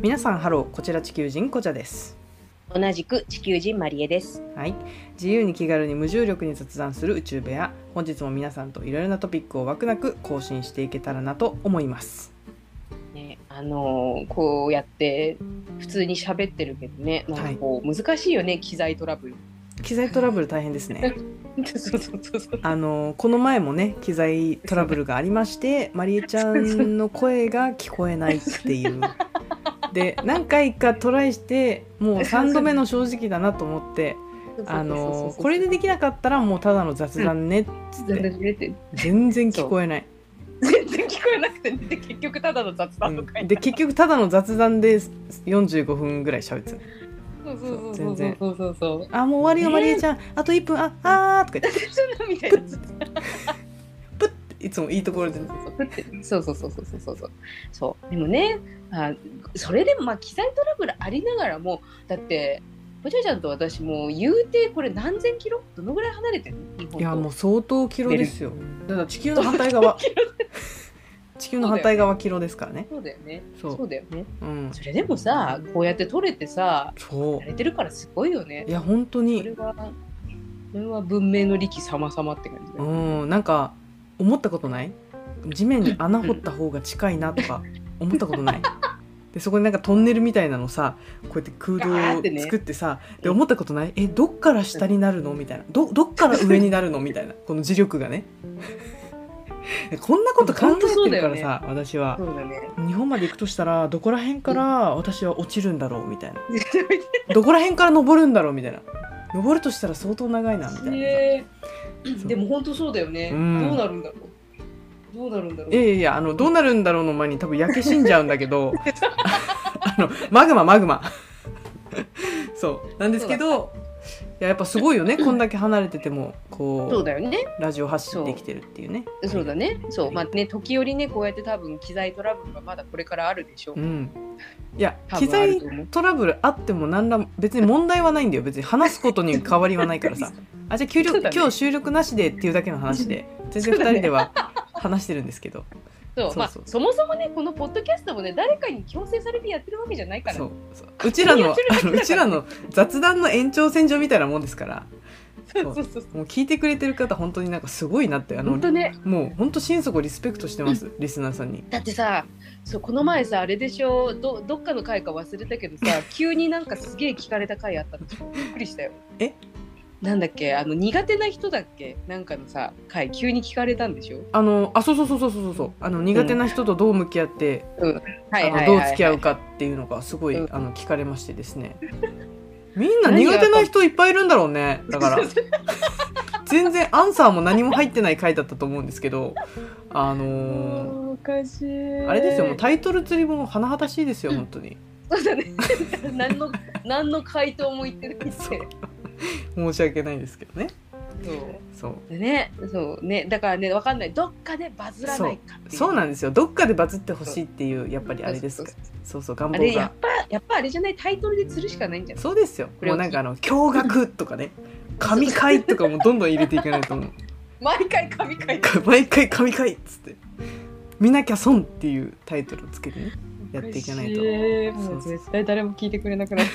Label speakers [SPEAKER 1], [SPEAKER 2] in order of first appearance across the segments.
[SPEAKER 1] 皆さんハローこちら地球人こちゃです
[SPEAKER 2] 同じく地球人マリエです。
[SPEAKER 1] はい自由に気軽に無重力に雑談する宇宙部屋本日も皆さんといろいろなトピックを枠なく更新していけたらなと思います
[SPEAKER 2] ね、あのーこうやって普通に喋ってるけどね、なんかこう難しいよね、機材トラブル。
[SPEAKER 1] 機材トラブル大変ですね
[SPEAKER 2] そうそうそうそう。
[SPEAKER 1] あのこの前もね機材トラブルがありましてまりえちゃんの声が聞こえないっていうで何回かトライしてもう3度目の正直だなと思ってあのこれでできなかったらもうただの雑談ねっつっ
[SPEAKER 2] 全
[SPEAKER 1] て
[SPEAKER 2] 然出て
[SPEAKER 1] 全然聞こえない、
[SPEAKER 2] 全然聞こえなくて、で結局ただの雑談とか、
[SPEAKER 1] うんで結局ただの雑談で45分ぐらい喋ってた
[SPEAKER 2] そうそうそ
[SPEAKER 1] 全
[SPEAKER 2] うそう
[SPEAKER 1] 然
[SPEAKER 2] そうそうそう。
[SPEAKER 1] あもう終わりよ
[SPEAKER 2] ね
[SPEAKER 1] まりえちゃんあと1分ああー」とか言っ
[SPEAKER 2] そんなみたいな。
[SPEAKER 1] ていつもいいところで
[SPEAKER 2] そうそうそうそうそうそうそうそうでもねあそれでもまあ機材トラブルありながらもだってぽちゃちゃんと私もう言うてこれ何千キロどのぐらい離れてるの日本と
[SPEAKER 1] いやもう相当キロですよだから地球の反対側 地球の反対側キロですからね
[SPEAKER 2] そうだよね
[SPEAKER 1] そ
[SPEAKER 2] そううだよね
[SPEAKER 1] うん
[SPEAKER 2] それでもさこうやって取れてさ
[SPEAKER 1] そ
[SPEAKER 2] やれてるからすごいよね
[SPEAKER 1] ういや本当
[SPEAKER 2] それ
[SPEAKER 1] に
[SPEAKER 2] はそれは文明の利器様々って感じだ
[SPEAKER 1] う
[SPEAKER 2] よ、
[SPEAKER 1] んなんか思ったことない地面に穴掘った方が近いなとか思ったこと ないでそこになんかトンネルみたいなのさこうやって空洞
[SPEAKER 2] ガーって
[SPEAKER 1] を
[SPEAKER 2] ね
[SPEAKER 1] 作ってさで
[SPEAKER 2] うん
[SPEAKER 1] 思ったことないえどっから下になるのみたいなどどっから上になるのみたいなこの磁力が ねこんなこと考えてるからさ、私は
[SPEAKER 2] そうだね
[SPEAKER 1] 日本まで行くとしたらどこら辺から私は落ちるんだろうみたいなどこら辺から登るんだろうみたいな登るとしたら相当長いなみたいなさ、
[SPEAKER 2] ね
[SPEAKER 1] そう
[SPEAKER 2] でも本当そうだよね、
[SPEAKER 1] うん
[SPEAKER 2] どうなるんだろうどうなるんだろう
[SPEAKER 1] いやいやいやあのどうなるんだろうの前に多分焼け死んじゃうんだけど あのマグママグ マそうなんですけどいややっぱすごいよねこんだけ離れてても
[SPEAKER 2] そ
[SPEAKER 1] こ
[SPEAKER 2] うだよね
[SPEAKER 1] うラジオ発信できてるっていうね
[SPEAKER 2] そうだね。そう。まあね、時折ね、こうやって多分機材トラブルがまだこれからあるでしょう。
[SPEAKER 1] んいや
[SPEAKER 2] 多
[SPEAKER 1] 機
[SPEAKER 2] 分ある
[SPEAKER 1] 材
[SPEAKER 2] と思う。
[SPEAKER 1] トラブルあっても何ら別に問題はないんだよ別に話すことに変わりはないから さあじゃあ給料
[SPEAKER 2] そうだね
[SPEAKER 1] 今日収録なしでっていうだけの話 で全然2人では話してるんですけど
[SPEAKER 2] そう
[SPEAKER 1] そう
[SPEAKER 2] まあ
[SPEAKER 1] そう
[SPEAKER 2] そもそもね、このポッドキャストもね、誰かに強制されてやってるわけじゃないから。
[SPEAKER 1] そ
[SPEAKER 2] そ
[SPEAKER 1] そ
[SPEAKER 2] うう
[SPEAKER 1] ううちらの
[SPEAKER 2] 勝
[SPEAKER 1] あ
[SPEAKER 2] 手
[SPEAKER 1] の
[SPEAKER 2] に
[SPEAKER 1] う
[SPEAKER 2] やって
[SPEAKER 1] ち
[SPEAKER 2] るだけだから
[SPEAKER 1] らの雑談の延長線上みたいなもんですから
[SPEAKER 2] そうそうそう。
[SPEAKER 1] もう聞いてくれてる方本当になんかすごいなってあの
[SPEAKER 2] 本当ね。
[SPEAKER 1] もう本当心底リスペクトしてますリスナーさんに
[SPEAKER 2] だってさ、そうこの前さあれでしょどどっかの回か忘れたけど さ急になんかすげえ聞かれた回あったのちょっとびっくりしたよ
[SPEAKER 1] え
[SPEAKER 2] なんだっけあの苦手な人だっけなんかのさ回急に聞かれたんでしょ
[SPEAKER 1] あのあそうそうそうそうそうそうあの苦手な人とどう向き合って、
[SPEAKER 2] は
[SPEAKER 1] あ
[SPEAKER 2] いは
[SPEAKER 1] の
[SPEAKER 2] いは
[SPEAKER 1] ど
[SPEAKER 2] い、
[SPEAKER 1] う
[SPEAKER 2] はい、
[SPEAKER 1] 付き合うかっていうのがすごい、
[SPEAKER 2] うん
[SPEAKER 1] あの聞かれましてですねみんな苦手な人いっぱいいるんだろうねだから 全然アンサーも何も入ってない回だったと思うんですけどあのー
[SPEAKER 2] おかしい
[SPEAKER 1] あれですよもうタイトル釣りも甚だしいですよ本当に
[SPEAKER 2] そうだね。 何の何の回答も言ってないし
[SPEAKER 1] そう。申し訳ないですけどね
[SPEAKER 2] そう。
[SPEAKER 1] そう
[SPEAKER 2] でね、そうね、だからね、わかんない。どっかでバズらないかっていう。
[SPEAKER 1] そうなん
[SPEAKER 2] ん
[SPEAKER 1] ですよどっかでバズってほしいっていうやっぱりあれですかそうそう願
[SPEAKER 2] あ
[SPEAKER 1] 望
[SPEAKER 2] れや
[SPEAKER 1] が
[SPEAKER 2] っぱやっぱあれじゃないタイトルで釣るしかないんじゃない。
[SPEAKER 1] そうですよ
[SPEAKER 2] これ
[SPEAKER 1] も
[SPEAKER 2] を
[SPEAKER 1] うなんかあの驚愕と かね神回とかもどんどん入れていかないと思う
[SPEAKER 2] 毎回神回答。
[SPEAKER 1] 毎回神回っつって見なきゃ損っていうタイトルをつけてねやっていかないと
[SPEAKER 2] え
[SPEAKER 1] そ
[SPEAKER 2] も
[SPEAKER 1] う
[SPEAKER 2] う
[SPEAKER 1] そう
[SPEAKER 2] 絶対誰も聞いてくれなくなる。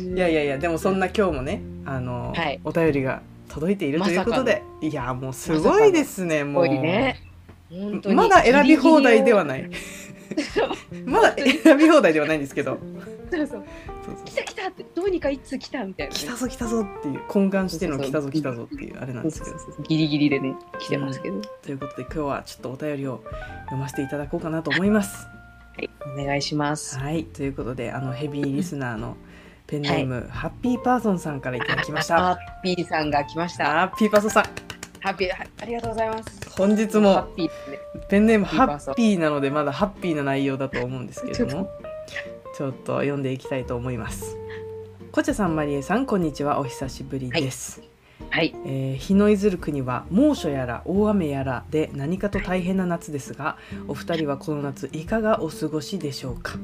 [SPEAKER 1] い
[SPEAKER 2] い
[SPEAKER 1] やいやいやでもそんな今日もねあの、
[SPEAKER 2] はい
[SPEAKER 1] お便りが届いているということで、いやもうすごいですね
[SPEAKER 2] す
[SPEAKER 1] も
[SPEAKER 2] ご
[SPEAKER 1] う
[SPEAKER 2] いね。本当に
[SPEAKER 1] まだ選び放題では
[SPEAKER 2] ギ
[SPEAKER 1] ない
[SPEAKER 2] リギリを。
[SPEAKER 1] まだ選び放題ではないんですけど
[SPEAKER 2] そう
[SPEAKER 1] そ
[SPEAKER 2] そう。
[SPEAKER 1] うそう
[SPEAKER 2] 来た来たってどうにかいつ来たみたいなね。
[SPEAKER 1] 来たぞ来たぞっていう懇願しての来たぞ来たぞっていうあれなん
[SPEAKER 2] そ
[SPEAKER 1] です
[SPEAKER 2] うそう
[SPEAKER 1] けど
[SPEAKER 2] そうギリギリでね来てますけど。
[SPEAKER 1] ということで今日はちょっとお便りを読ませていただこうかなと思います。
[SPEAKER 2] はい、お願いします。
[SPEAKER 1] はいということであのヘビーリスナーのペンネーム、ハッピーパーソンさんからいただきました。
[SPEAKER 2] ハ
[SPEAKER 1] ハ
[SPEAKER 2] ッピーさんが来ました。
[SPEAKER 1] ッピーパーソンさん
[SPEAKER 2] ハッピー、はありがとうございます。
[SPEAKER 1] 本日
[SPEAKER 2] ハッ
[SPEAKER 1] も
[SPEAKER 2] ピーですね。
[SPEAKER 1] ペンネームハ
[SPEAKER 2] ハッピーパーソン
[SPEAKER 1] ッピーなのでまだハッピーな内容だと思うんですけれどもちょっと読んでいきたいと思います。こちゃさんまりえさんこんにちはお久しぶりです。
[SPEAKER 2] はい、
[SPEAKER 1] えー日のいずる国は猛暑やら大雨やらで何かと大変な夏ですがお二人はこの夏いかがお過ごしでしょうか、
[SPEAKER 2] 素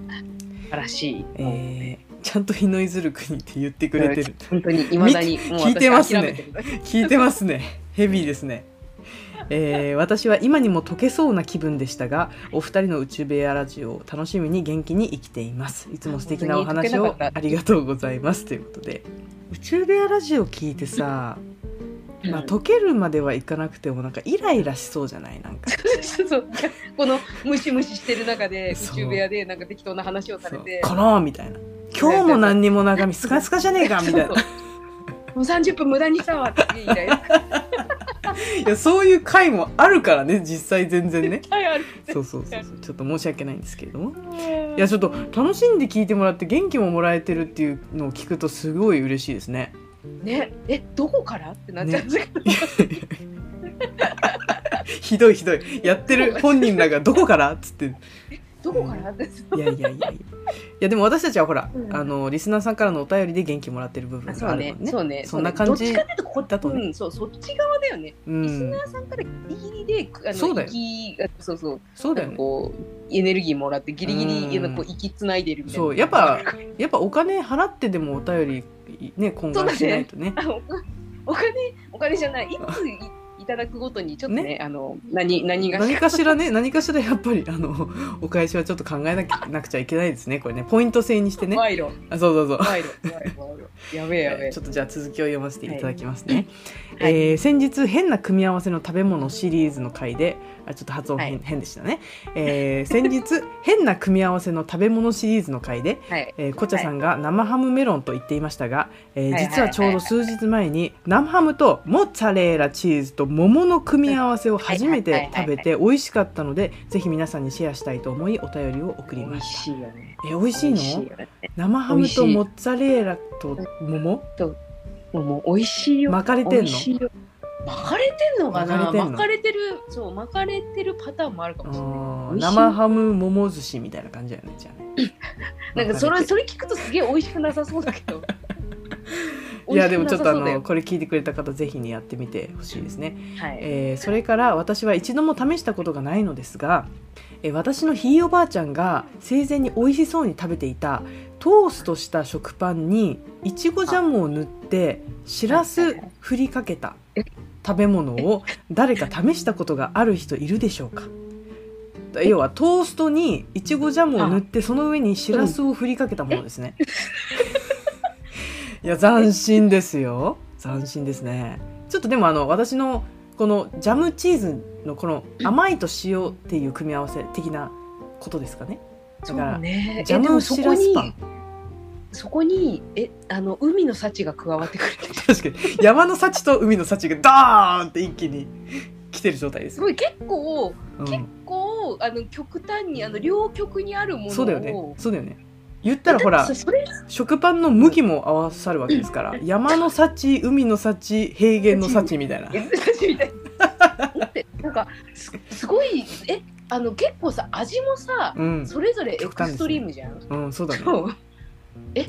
[SPEAKER 2] 晴らしい。
[SPEAKER 1] えーちゃんと日のいずる国って言ってくれてる
[SPEAKER 2] 本当に、いまだに、もう私
[SPEAKER 1] 聞いてますね
[SPEAKER 2] 諦めてる
[SPEAKER 1] 聞いてますねヘビーですねえー私は今にも解けそうな気分でしたがお二人の宇宙部屋ラジオを楽しみに元気に生きていますいつも素敵なお話をありがとうございますということで宇宙部屋ラジオ聞いてさ、まあ、解けるまではいかなくてもなんかイライラしそうじゃないなんか
[SPEAKER 2] そうそうこのムシムシしてる中で
[SPEAKER 1] そう
[SPEAKER 2] 宇宙部屋でなんか適当な話をされて
[SPEAKER 1] このみたいな今日も何にも中 身スカスカじゃねえかみたいな
[SPEAKER 2] そうそうもう30分無駄にしたわって言いたいな
[SPEAKER 1] いやそういう回もあるからね実際全然ね
[SPEAKER 2] はいある
[SPEAKER 1] そうそうそうそうちょっと申し訳ないんですけれどもいやちょっと楽しんで聞いてもらって元気ももらえてるっていうのを聞くとすごい嬉しいですね
[SPEAKER 2] ねえどこからってなっちゃうんですけど、
[SPEAKER 1] ひどいひどいやってる本人らがどこからっつって
[SPEAKER 2] どこからって
[SPEAKER 1] いやいやいやいやいやでも私たちはほら、
[SPEAKER 2] うん
[SPEAKER 1] あのリスナーさんからのお便りで元気もらってる部
[SPEAKER 2] あ
[SPEAKER 1] 分
[SPEAKER 2] そ
[SPEAKER 1] があ
[SPEAKER 2] う
[SPEAKER 1] る
[SPEAKER 2] ね
[SPEAKER 1] もんね
[SPEAKER 2] そうね
[SPEAKER 1] そんな感じ
[SPEAKER 2] そうねどっちかっていうとこ
[SPEAKER 1] だとね
[SPEAKER 2] うん、そうそっち側だよね、
[SPEAKER 1] う
[SPEAKER 2] リス
[SPEAKER 1] ん
[SPEAKER 2] ナーさんからギリギリでくあの
[SPEAKER 1] そうだよ
[SPEAKER 2] 息がそうそう
[SPEAKER 1] そうだ
[SPEAKER 2] な
[SPEAKER 1] よ
[SPEAKER 2] んか
[SPEAKER 1] ね
[SPEAKER 2] こうエネルギーもらってギリギリ
[SPEAKER 1] うん
[SPEAKER 2] なんかこう息つないでるみたいな
[SPEAKER 1] そうやっぱやっぱお金払ってでもお便りね今
[SPEAKER 2] そ
[SPEAKER 1] 後
[SPEAKER 2] うだね
[SPEAKER 1] しないとね
[SPEAKER 2] あおお 金お金じゃないいついいただくごとにちょっとねあの何何が
[SPEAKER 1] 何かしらね何かしらやっぱりあのお返しはちょっと考えなきゃなくちゃいけないですねこれねポイント制にしてね
[SPEAKER 2] 賄賂
[SPEAKER 1] あそうそうそう
[SPEAKER 2] 賄賂賄賂賄賂やべえやべ え
[SPEAKER 1] ちょっとじゃあ続きを読ませていただきますね、えー先日変な組み合わせの食べ物シリーズの回であちょっと発音変,、
[SPEAKER 2] はい
[SPEAKER 1] 変でしたね、えー 先日変な組み合わせの食べ物シリーズの回で
[SPEAKER 2] はい
[SPEAKER 1] えー、こちゃさんが生ハムメロンと言っていましたが、えー
[SPEAKER 2] はい
[SPEAKER 1] 実はちょうど数日前に生ハムとモッツァレーラチーズと桃の組み合わせを初めて食べて美味しかったのでぜひ皆さんにシェアしたいと思いお便りを送
[SPEAKER 2] 美
[SPEAKER 1] りま
[SPEAKER 2] 味
[SPEAKER 1] し
[SPEAKER 2] しいよね
[SPEAKER 1] たえ美味しいの
[SPEAKER 2] よね
[SPEAKER 1] 生ハムとモッツァレーラと桃
[SPEAKER 2] もうもう美味しいよ
[SPEAKER 1] 巻かれてんの
[SPEAKER 2] 美味しいよ巻かれてんのかな
[SPEAKER 1] 巻かれ
[SPEAKER 2] 巻
[SPEAKER 1] て
[SPEAKER 2] か
[SPEAKER 1] んの
[SPEAKER 2] れてるそう巻かれてるパターンもあるかもしれ
[SPEAKER 1] あ
[SPEAKER 2] な
[SPEAKER 1] ー
[SPEAKER 2] い
[SPEAKER 1] 生ハム桃寿司みたいな感じだよねじゃあね
[SPEAKER 2] なんかそ
[SPEAKER 1] わ
[SPEAKER 2] れ
[SPEAKER 1] て
[SPEAKER 2] それ聞くとすげえ美味しくなさそうだけど。
[SPEAKER 1] いやでもちょっとあ
[SPEAKER 2] 美味し
[SPEAKER 1] の
[SPEAKER 2] く
[SPEAKER 1] これ聞いてくれた方ぜひにやってみてほしいですね
[SPEAKER 2] なさそうだよはい。
[SPEAKER 1] えーそれから私は一度も試したことがないのですが、えー私のひいおばあちゃんが生前に美味しそうに食べていたトーストした食パンにいちごジャムを塗ってしらすふりかけた食べ物を誰か試したことがある人いるでしょうか要はトーストにいちごジャムを塗ってその上にしらすをふりかけたものですね。いや斬新ですよ斬新ですねちょっとでもあの私のこのジャムチーズのこの甘いと塩っていう組み合わせ的なことですかねだから
[SPEAKER 2] そうね。
[SPEAKER 1] ジャムシラスパン
[SPEAKER 2] えでもそこにそこにえあの海の幸が加わってく る。
[SPEAKER 1] 確かに山の幸と海の幸がダーンって一気に来てる状態です
[SPEAKER 2] す
[SPEAKER 1] よ、
[SPEAKER 2] ごい結構
[SPEAKER 1] うん
[SPEAKER 2] 結こうあの極端にあの両極にあるものを。
[SPEAKER 1] そうだよねそうだよね言ったらほら
[SPEAKER 2] そそれ
[SPEAKER 1] 食パンの向きも合わさるわけですから山の幸海の幸平原の幸みたい な
[SPEAKER 2] え私みたいな。ってなんかすすごいえあの結構さ味もさ
[SPEAKER 1] うん、
[SPEAKER 2] それぞれエクストリームじゃん。
[SPEAKER 1] うん、そうだね
[SPEAKER 2] そう。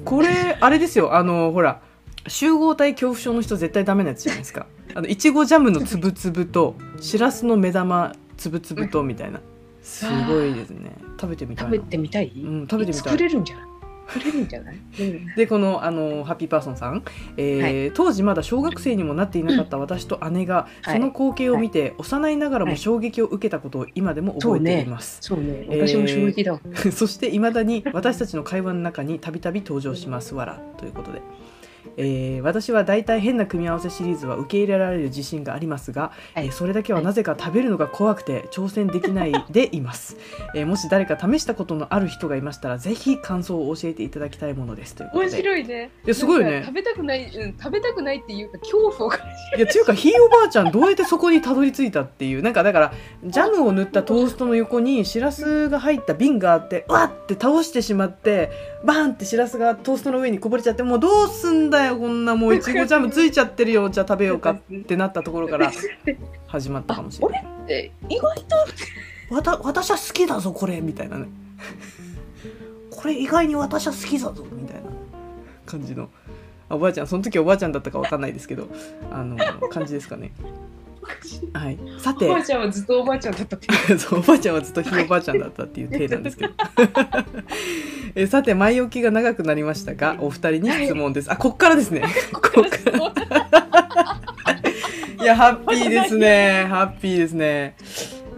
[SPEAKER 1] これあれですよあのほら集合体恐怖症の人絶対ダメなやつじゃないです かあのいちごジャムのつぶつぶとしらすの目玉つぶつぶとみたいなすごいですね食べてみたい
[SPEAKER 2] 食
[SPEAKER 1] な
[SPEAKER 2] べてみたい。
[SPEAKER 1] うん、食べてみた
[SPEAKER 2] 作
[SPEAKER 1] い
[SPEAKER 2] れるんじゃない作れるんじ ゃない、うん、
[SPEAKER 1] でこのあのハッピーパーソンさん、えー当時まだ小学生にもなっていなかった私と姉が、
[SPEAKER 2] はい
[SPEAKER 1] その光景を見て、幼いながらも衝撃を受けたことを今でも覚えています、
[SPEAKER 2] そうね
[SPEAKER 1] えー
[SPEAKER 2] 私も衝撃だわ、
[SPEAKER 1] そしていまだに私たちの会話の中にたびたび登場しますわらということで、えー私は大体変な組み合わせシリーズは受け入れられる自信がありますが、
[SPEAKER 2] はい
[SPEAKER 1] えーそれだけはなぜか食べるのが怖くて挑戦できないでいます、えーもし誰か試したことのある人がいましたらぜひ感想を教えていただきたいものですということで
[SPEAKER 2] 面白いね
[SPEAKER 1] いやすごいよ
[SPEAKER 2] なん
[SPEAKER 1] ね
[SPEAKER 2] か食べたくない、うん、食べたくないっていうか恐怖を感じ
[SPEAKER 1] いやっていうかひいおばあちゃんどうやってそこにたどり着いたっていうなんかだからジャムを塗ったトーストの横にしらすが入った瓶があってうわって倒してしまってバーンってしらすがトーストの上にこぼれちゃってもうどうすんだよこんなもういちごジャムついちゃってるよじゃあ食べようかってなったところから始まったかもしれない
[SPEAKER 2] て意外と
[SPEAKER 1] わた私は好きだぞこれみたいなねこれ意外に私は好きだぞみたいな感じのあおばあちゃんその時おばあちゃんだったかわかんないですけどあの感じですかね
[SPEAKER 2] おかしい
[SPEAKER 1] はいさ
[SPEAKER 2] お
[SPEAKER 1] て
[SPEAKER 2] ばあちゃんはずっとおばあちゃんだったっ て
[SPEAKER 1] そうおばあちゃんはずっとひいおばあちゃんだったっていう体なんですけ どえさて前置きが長くなりました がお二人に質問です、あこっからですねこっから
[SPEAKER 2] すごい
[SPEAKER 1] いや、ハッピーですね。ハッピーですね。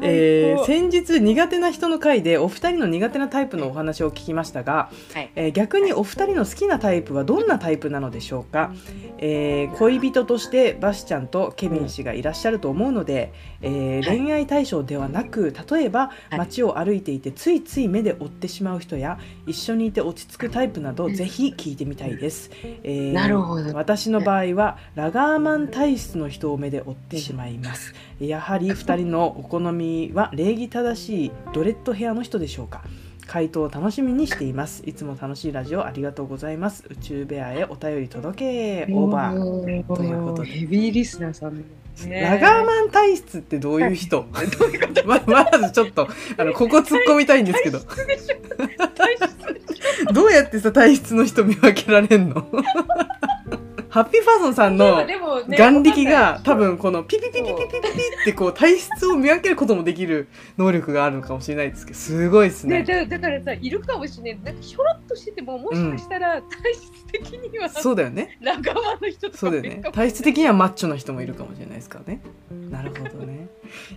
[SPEAKER 1] えー先日苦手な人の回でお二人の苦手なタイプのお話を聞きましたが、
[SPEAKER 2] はい
[SPEAKER 1] えー逆にお二人の好きなタイプはどんなタイプなのでしょうか、えー恋人としてバシちゃんとケビン氏がいらっしゃると思うので、えー
[SPEAKER 2] はい
[SPEAKER 1] 恋愛対象ではなく例えば
[SPEAKER 2] い
[SPEAKER 1] 街を歩いていてついつい目で追ってしまう人や一緒にいて落ち着くタイプなどぜひ聞いてみたいです。えー
[SPEAKER 2] なるほど
[SPEAKER 1] 私の場合はラガーマン体質の人を目で追ってしまいますやはり2人のお好みは礼儀正しいドレッドヘアの人でしょうか回答を楽しみにしていますいつも楽しいラジオありがとうございます宇宙ベアへお便り届けオーバー
[SPEAKER 2] ー
[SPEAKER 1] ということで
[SPEAKER 2] ヘビーリスナーさんのね
[SPEAKER 1] ラガーマン体質ってどういう人ままずちょっとあのここ突っ込みたいんですけど
[SPEAKER 2] 体質でしょ体質でし
[SPEAKER 1] どうやってさ体質の人見分けられんの ハッピーファーソンさん
[SPEAKER 2] ょ
[SPEAKER 1] の
[SPEAKER 2] でもね
[SPEAKER 1] 眼力が
[SPEAKER 2] わか
[SPEAKER 1] 多
[SPEAKER 2] んない
[SPEAKER 1] 分このピピピピピピピピってこう体質を見分けることもできる能力があるのかもしれないですけどすごいですね
[SPEAKER 2] ねだだからさいるかもしれないなんかひょろっとしててももしかしたら体質的には、
[SPEAKER 1] そうだよね
[SPEAKER 2] ラガーマンの人とか
[SPEAKER 1] そうだよ
[SPEAKER 2] もい る
[SPEAKER 1] ね
[SPEAKER 2] かも
[SPEAKER 1] 体質的にはマッチョな人もいるかもしれないですからねなるほどね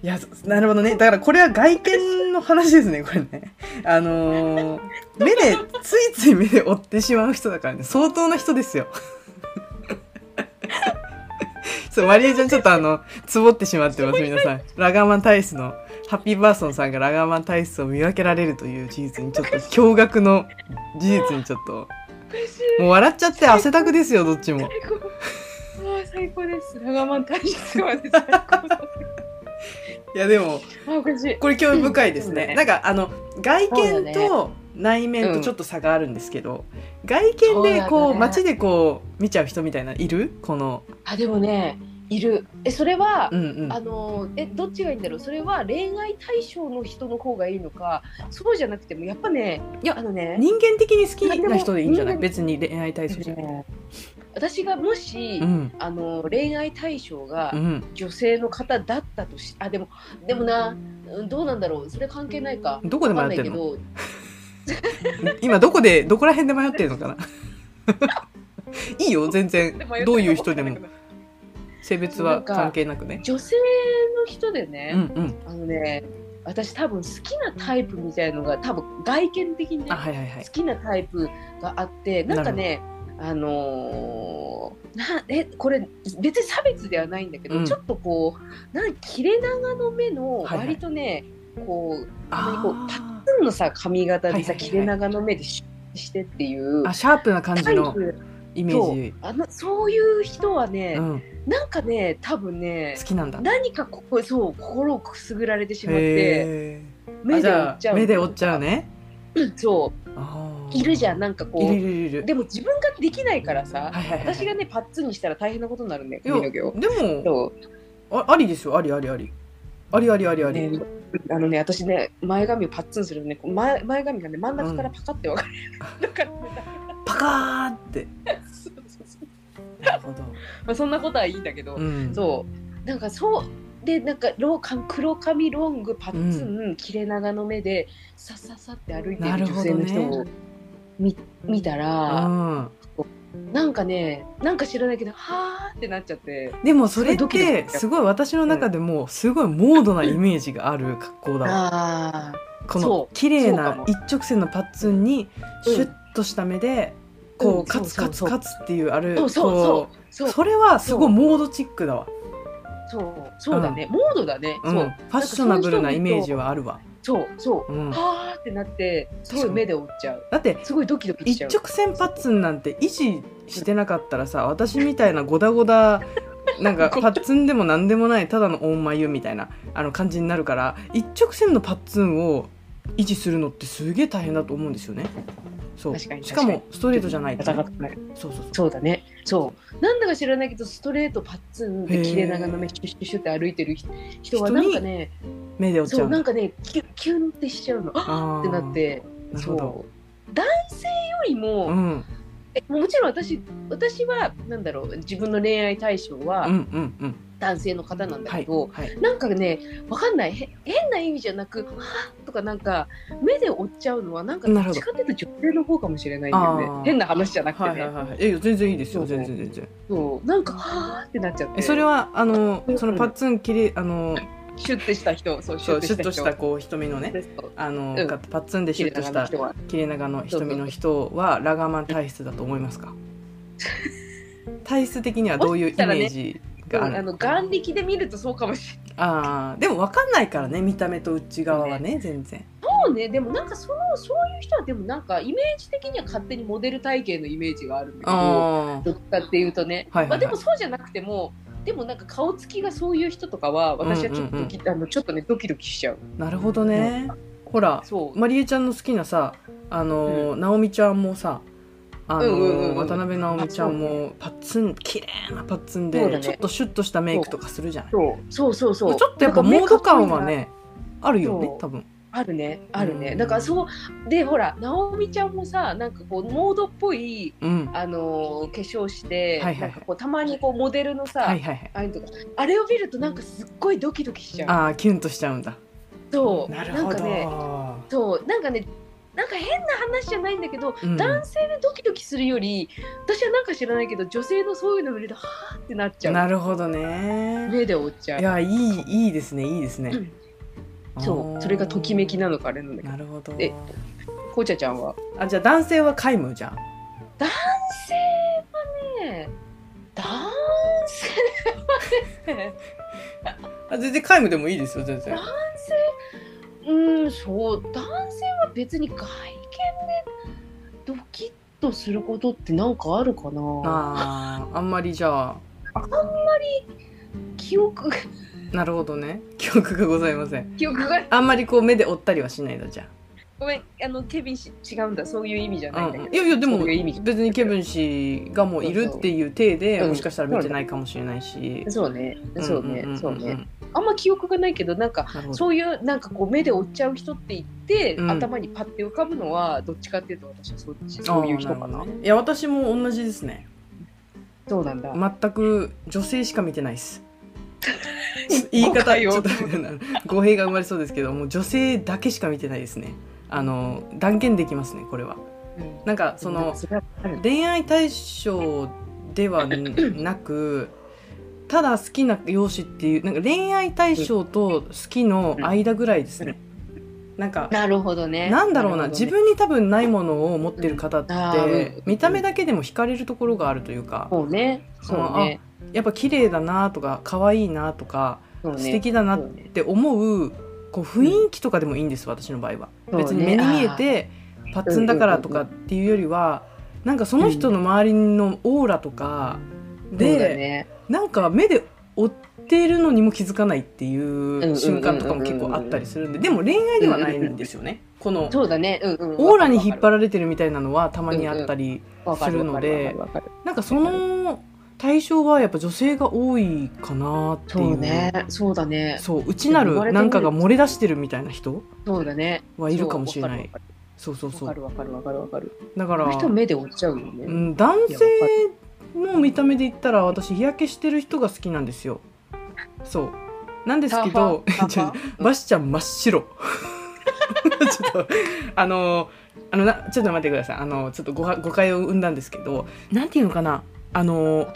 [SPEAKER 1] いやそなるほどねだからこれは外見の話ですねこれねあのー目でついつい目で追ってしまう人だからね相当な人ですよ そうマリエちゃんちょっとあのつぼってしまってます皆さんラガーマン体質のハッピーバーソンさんがラガーマン体質を見分けられるという事実にちょっと驚愕の事実にちょっと
[SPEAKER 2] おかしい
[SPEAKER 1] もう笑っちゃって汗だくですよどっちも
[SPEAKER 2] 最高あー最高ですラガーマン体質まで最高だ
[SPEAKER 1] いやでも
[SPEAKER 2] あーおかしい
[SPEAKER 1] これ興味深いですね。
[SPEAKER 2] うんうん
[SPEAKER 1] なんかあの外
[SPEAKER 2] そう
[SPEAKER 1] 見
[SPEAKER 2] だ
[SPEAKER 1] と
[SPEAKER 2] ね
[SPEAKER 1] 内面とちょっと差があるんですけど、外見で
[SPEAKER 2] そう
[SPEAKER 1] こ
[SPEAKER 2] だ
[SPEAKER 1] う、
[SPEAKER 2] ね
[SPEAKER 1] 街でこう見ちゃう人みたいないる？この
[SPEAKER 2] あでもねいるえそれは、
[SPEAKER 1] うんうん。
[SPEAKER 2] あのえどっちがいいんだろうそれは恋愛対象の人の方がいいのかそうじゃなくてもやっぱねいやあのね
[SPEAKER 1] 人間的に好きな人でいいんじゃない？
[SPEAKER 2] 人間
[SPEAKER 1] 別に恋愛対象じゃない。
[SPEAKER 2] ね私がもし、
[SPEAKER 1] うん
[SPEAKER 2] あの恋愛対象が
[SPEAKER 1] うん。
[SPEAKER 2] 女性の方だったとしあでもでもなうんどうなんだろうそれ関係ないか
[SPEAKER 1] どこで
[SPEAKER 2] わか
[SPEAKER 1] 迷
[SPEAKER 2] ん
[SPEAKER 1] っ
[SPEAKER 2] な
[SPEAKER 1] て
[SPEAKER 2] い
[SPEAKER 1] る
[SPEAKER 2] け
[SPEAKER 1] の？
[SPEAKER 2] ど
[SPEAKER 1] 今どこでどこら辺で迷ってるのかな？ いいよ全然
[SPEAKER 2] でもよく
[SPEAKER 1] どういう人で
[SPEAKER 2] わ
[SPEAKER 1] も
[SPEAKER 2] かんないけど
[SPEAKER 1] 性別は関係なくね。
[SPEAKER 2] 女性の人でね、
[SPEAKER 1] うんうん。
[SPEAKER 2] あのね私多分好きなタイプみたいのが多分外見的にね
[SPEAKER 1] あはいはいはい
[SPEAKER 2] 好。きなタイプがあってなんかねあのーなえこれ別に差別ではないんだけど、
[SPEAKER 1] うん
[SPEAKER 2] ちょっとこうなん切れ長の目の
[SPEAKER 1] はいはい
[SPEAKER 2] 割とね、こう
[SPEAKER 1] あ
[SPEAKER 2] こうパ
[SPEAKER 1] ー
[SPEAKER 2] 普通のさ髪型でさ、
[SPEAKER 1] はいはいはい
[SPEAKER 2] 切れ長の目でシュッしてっていう
[SPEAKER 1] あシャープな感
[SPEAKER 2] タ
[SPEAKER 1] じ
[SPEAKER 2] イ
[SPEAKER 1] の
[SPEAKER 2] プ
[SPEAKER 1] イメ
[SPEAKER 2] と
[SPEAKER 1] ージ。
[SPEAKER 2] あのそういう人はね
[SPEAKER 1] う、ん。
[SPEAKER 2] なんかね多分ね
[SPEAKER 1] 好きなんだ。
[SPEAKER 2] 何かここそう心をくすぐられてしまって
[SPEAKER 1] へー
[SPEAKER 2] 目で追
[SPEAKER 1] あ
[SPEAKER 2] っ
[SPEAKER 1] じ
[SPEAKER 2] ち
[SPEAKER 1] ゃ
[SPEAKER 2] ゃ
[SPEAKER 1] あ
[SPEAKER 2] う
[SPEAKER 1] 目で追っちゃうね
[SPEAKER 2] そういるじゃんなんかこ
[SPEAKER 1] いるいうるいる
[SPEAKER 2] でも自分ができないから
[SPEAKER 1] は
[SPEAKER 2] さ、
[SPEAKER 1] いはいはいはい
[SPEAKER 2] 私がねパッツンにしたら大変なことになるんだよ
[SPEAKER 1] いや
[SPEAKER 2] 髪の毛を。
[SPEAKER 1] でも
[SPEAKER 2] そう
[SPEAKER 1] あありですよありありありありありありあり、
[SPEAKER 2] ねあのね私ね前髪をパッツンするとねこう前前髪がね真ん中からパカって分かれる、だからね
[SPEAKER 1] パカーって
[SPEAKER 2] そうそうそう
[SPEAKER 1] なるほど、
[SPEAKER 2] ま あ、そんなことはいいんだけど、
[SPEAKER 1] うん、
[SPEAKER 2] そうなんかそうでなんかローカン黒髪ロングパッツン、切れ長の目でさささって歩いて
[SPEAKER 1] なる
[SPEAKER 2] る
[SPEAKER 1] ほ
[SPEAKER 2] 女
[SPEAKER 1] ど
[SPEAKER 2] 性
[SPEAKER 1] ね
[SPEAKER 2] の人を見,、見たら、
[SPEAKER 1] ん、
[SPEAKER 2] なんかねなんか知らないけどはーってなっちゃって
[SPEAKER 1] でもそれっ
[SPEAKER 2] すごいドキドキ
[SPEAKER 1] てすごい私の中でもすごいモードなイメージがある格好だわ
[SPEAKER 2] あー
[SPEAKER 1] この
[SPEAKER 2] そう
[SPEAKER 1] 綺麗
[SPEAKER 2] そうか
[SPEAKER 1] な
[SPEAKER 2] も
[SPEAKER 1] 一直線のパッツンに
[SPEAKER 2] うん
[SPEAKER 1] シュッとした目でこう、
[SPEAKER 2] うん
[SPEAKER 1] カツ
[SPEAKER 2] そう
[SPEAKER 1] カ
[SPEAKER 2] そう
[SPEAKER 1] ツ
[SPEAKER 2] そう
[SPEAKER 1] カツっていうある
[SPEAKER 2] そうそう
[SPEAKER 1] こう
[SPEAKER 2] そう
[SPEAKER 1] それはすごいモードチックだわ、
[SPEAKER 2] そうそうだね、モードだね、
[SPEAKER 1] うん、
[SPEAKER 2] そ
[SPEAKER 1] フ
[SPEAKER 2] う
[SPEAKER 1] ァッショナブルなイメージはあるわ、
[SPEAKER 2] そうそう、
[SPEAKER 1] うん、
[SPEAKER 2] はーってなってすごい目で追っちゃう
[SPEAKER 1] だって
[SPEAKER 2] すごいドキドキし
[SPEAKER 1] 一
[SPEAKER 2] ちゃう
[SPEAKER 1] 直線パッツンなんて維持してなかったらさ私みたいなゴダゴダなんかパッツンでも何でもないただのオンマユみたいなあの感じになるから一直線のパッツンを維持するのってすげえ大変だと思うんですよね。そう
[SPEAKER 2] 確かに
[SPEAKER 1] しか
[SPEAKER 2] 確
[SPEAKER 1] もストレートじゃないとね、
[SPEAKER 2] 戦ってない
[SPEAKER 1] そうそうそう
[SPEAKER 2] そうだねそうなんだか知らないけどストレートパッツン
[SPEAKER 1] へ
[SPEAKER 2] で
[SPEAKER 1] ー
[SPEAKER 2] 切れ長の目シュッシュッシュッって歩いてる人人はなんかね
[SPEAKER 1] 目で追っち
[SPEAKER 2] そ
[SPEAKER 1] ゃ
[SPEAKER 2] う
[SPEAKER 1] う
[SPEAKER 2] なん
[SPEAKER 1] の
[SPEAKER 2] かねキュッキュンってしちゃうのあ
[SPEAKER 1] あー
[SPEAKER 2] ってなって
[SPEAKER 1] なる
[SPEAKER 2] そ
[SPEAKER 1] ほど
[SPEAKER 2] う男性よりも、
[SPEAKER 1] うん
[SPEAKER 2] えもちろん私私はなんだろう自分の恋愛対象
[SPEAKER 1] うんう
[SPEAKER 2] は
[SPEAKER 1] んうん
[SPEAKER 2] 男性の方なんだ
[SPEAKER 1] は
[SPEAKER 2] け
[SPEAKER 1] い
[SPEAKER 2] ど、
[SPEAKER 1] はい
[SPEAKER 2] なんかね、わかんない、へ変な意味じゃなく、はぁとかなんか、目で追っちゃうのは、なんか、ど
[SPEAKER 1] なる
[SPEAKER 2] っ
[SPEAKER 1] ほど
[SPEAKER 2] ちかっていうと女性の方かもしれないんだよ
[SPEAKER 1] あー
[SPEAKER 2] ね。変な話じゃなくてね。
[SPEAKER 1] はいはいはいえ全然いいですよ
[SPEAKER 2] そう
[SPEAKER 1] 全然全然
[SPEAKER 2] そうなんか、はぁってなっちゃって。
[SPEAKER 1] えそれはあの
[SPEAKER 2] うん
[SPEAKER 1] そのパッツン切れあの
[SPEAKER 2] シュッてした人、そう、シ
[SPEAKER 1] そ
[SPEAKER 2] ュッ
[SPEAKER 1] う
[SPEAKER 2] て
[SPEAKER 1] シュッ
[SPEAKER 2] した
[SPEAKER 1] と
[SPEAKER 2] 人。
[SPEAKER 1] したこう瞳のね
[SPEAKER 2] そう
[SPEAKER 1] あの、
[SPEAKER 2] うん
[SPEAKER 1] かパッツンでシュッとした
[SPEAKER 2] 人は
[SPEAKER 1] 切れ長の瞳の人はラガーマン体質だと思います か体質的にはどういうイメージ
[SPEAKER 2] うん
[SPEAKER 1] がある
[SPEAKER 2] あの眼力で見るとそうかもしれない。
[SPEAKER 1] あーでも分かんないからね見た目と内側はね全然
[SPEAKER 2] そうね、でもなんかそのそういう人はでもなんかイメージ的には勝手にモデル体型のイメージがあるんだけど、
[SPEAKER 1] あ
[SPEAKER 2] どっちかっていうとね、
[SPEAKER 1] はいはいはい
[SPEAKER 2] まあでもそうじゃなくても、でもなんか顔つきがそういう人とかは私はちょっとドキ、あのちょっとねドキドキしちゃう。
[SPEAKER 1] ーなるほどねほら
[SPEAKER 2] そう。
[SPEAKER 1] まりえちゃんの好きなさあのー、直美ちゃんもさあのー
[SPEAKER 2] うんうんうんうん
[SPEAKER 1] 渡辺直美ちゃんもパッツン綺麗なパッツン
[SPEAKER 2] そう
[SPEAKER 1] で、
[SPEAKER 2] だね
[SPEAKER 1] ちょっとシュッとしたメイクとかするじゃない
[SPEAKER 2] そうそうそうそう。
[SPEAKER 1] ちょっとやっぱモード感はねあるよね
[SPEAKER 2] そう
[SPEAKER 1] 多分
[SPEAKER 2] あるねある
[SPEAKER 1] う
[SPEAKER 2] ね。
[SPEAKER 1] ん
[SPEAKER 2] だからそうでほら直美ちゃんもさなんかこうモードっぽい
[SPEAKER 1] うんはい
[SPEAKER 2] あのー化粧して、
[SPEAKER 1] はいはいはい
[SPEAKER 2] なんかこうたまにこうモデルのさ、
[SPEAKER 1] はいはい
[SPEAKER 2] ああいうのとかあれを見るとなんかすっごいドキドキしちゃう。
[SPEAKER 1] ああキュンとしちゃうんだ
[SPEAKER 2] そう
[SPEAKER 1] なるほ
[SPEAKER 2] ん
[SPEAKER 1] ど、
[SPEAKER 2] かねそうなんかねなんか変な話じゃないんだけど、
[SPEAKER 1] うん
[SPEAKER 2] 男性でドキドキするより私はなんか知らないけど女性のそういうの見るとはーってなっちゃう。
[SPEAKER 1] なるほどね
[SPEAKER 2] 目で追っちゃう
[SPEAKER 1] い。やいいいいですねいいですね、
[SPEAKER 2] うんそうそれがときめきなのかあれなんだけど
[SPEAKER 1] なるほど
[SPEAKER 2] えこうちゃちゃんは
[SPEAKER 1] あじゃあ男性は皆無じゃん
[SPEAKER 2] 男性はね男性はね
[SPEAKER 1] あ全然皆無でもいいですよ全然
[SPEAKER 2] うんそう男性は別に外見でドキッとすることってなんかあるかな
[SPEAKER 1] あーあんまりじゃあ
[SPEAKER 2] 記憶が
[SPEAKER 1] なるほどね記憶がございません
[SPEAKER 2] 記憶が
[SPEAKER 1] あんまりこう目で追ったりはしないだじゃ
[SPEAKER 2] ごめんあのケビンし違うんだそういう意味じゃ
[SPEAKER 1] あ、
[SPEAKER 2] ないん
[SPEAKER 1] う
[SPEAKER 2] だ
[SPEAKER 1] ん、
[SPEAKER 2] けど
[SPEAKER 1] いやいやでも
[SPEAKER 2] そういう意味じゃ
[SPEAKER 1] 別にケブン氏がもういるっていう体で
[SPEAKER 2] そうそう
[SPEAKER 1] もしかしたら見てないかもしれないし、
[SPEAKER 2] そうねそうね
[SPEAKER 1] んんんん
[SPEAKER 2] そうねあんま記憶がないけどなんか
[SPEAKER 1] なるほど
[SPEAKER 2] そういうなんかこう目で追っちゃう人って言って、
[SPEAKER 1] うん
[SPEAKER 2] 頭にパッて浮かぶのはどっちかっていうと私はそっちそういう人
[SPEAKER 1] あ
[SPEAKER 2] かな
[SPEAKER 1] ーるほどねいや私も同じですね
[SPEAKER 2] そうなんだ、
[SPEAKER 1] 全く女性しか見てないです 言い方ちょっと語弊が生まれそうですけどもう女性だけしか見てないですねあの断言できますねこれは
[SPEAKER 2] うん
[SPEAKER 1] なんかその
[SPEAKER 2] それはある
[SPEAKER 1] 恋愛対象ではなくただ好きな容姿っていうなんか恋愛対象と好きの間ぐらいですねなんか
[SPEAKER 2] なるほどね
[SPEAKER 1] なんだろうな
[SPEAKER 2] るほど
[SPEAKER 1] 自
[SPEAKER 2] ね
[SPEAKER 1] 分に多分ないものを持ってる方っ
[SPEAKER 2] うんあー
[SPEAKER 1] て
[SPEAKER 2] うん
[SPEAKER 1] 見た目だけでも惹かれるところがあるというか
[SPEAKER 2] そうねそうね
[SPEAKER 1] やっぱ綺麗だなとか可愛いなとか
[SPEAKER 2] そうね
[SPEAKER 1] 素敵だな
[SPEAKER 2] そ
[SPEAKER 1] っ
[SPEAKER 2] うね
[SPEAKER 1] て思うこう雰囲気とかでもいいんです私の場合は
[SPEAKER 2] そうね
[SPEAKER 1] 別に目に見えてパッツンだからとかっていうよりはなんかその人の周りのオーラとか
[SPEAKER 2] そうだ
[SPEAKER 1] で
[SPEAKER 2] ね
[SPEAKER 1] なんか目で追っているのにも気づかないってい
[SPEAKER 2] んうん
[SPEAKER 1] う瞬間とかも結構あったりするんででも恋愛ではないんですよねこの
[SPEAKER 2] そうだねうんうん
[SPEAKER 1] オーラに引っ張
[SPEAKER 2] る
[SPEAKER 1] られてるみたいなのはたまにあったりするのでなんかその対象はやっぱ女性が多いかなってい
[SPEAKER 2] そうねそうだね
[SPEAKER 1] そう内なるなんかが漏れ出してるみたいな人
[SPEAKER 2] そうだね
[SPEAKER 1] はいるかもしれない
[SPEAKER 2] そ
[SPEAKER 1] そうそうそ
[SPEAKER 2] うわ
[SPEAKER 1] う
[SPEAKER 2] かるわかるわかるわかるわかる
[SPEAKER 1] だか
[SPEAKER 2] こ
[SPEAKER 1] ら、
[SPEAKER 2] の人目で追っちゃうよ
[SPEAKER 1] う
[SPEAKER 2] ね
[SPEAKER 1] ん、男性の見た目で言ったら私日焼けしてる人が好きなんですよそうなんですけど
[SPEAKER 2] サ ー
[SPEAKER 1] ち
[SPEAKER 2] フ
[SPEAKER 1] ょ
[SPEAKER 2] ァーサー
[SPEAKER 1] っ
[SPEAKER 2] ファ
[SPEAKER 1] とバシちゃん真っ白 ちょっとあのあのなちょっと待ってくださいあのちょっとごは誤解を生んだんですけどなんていうのかなあの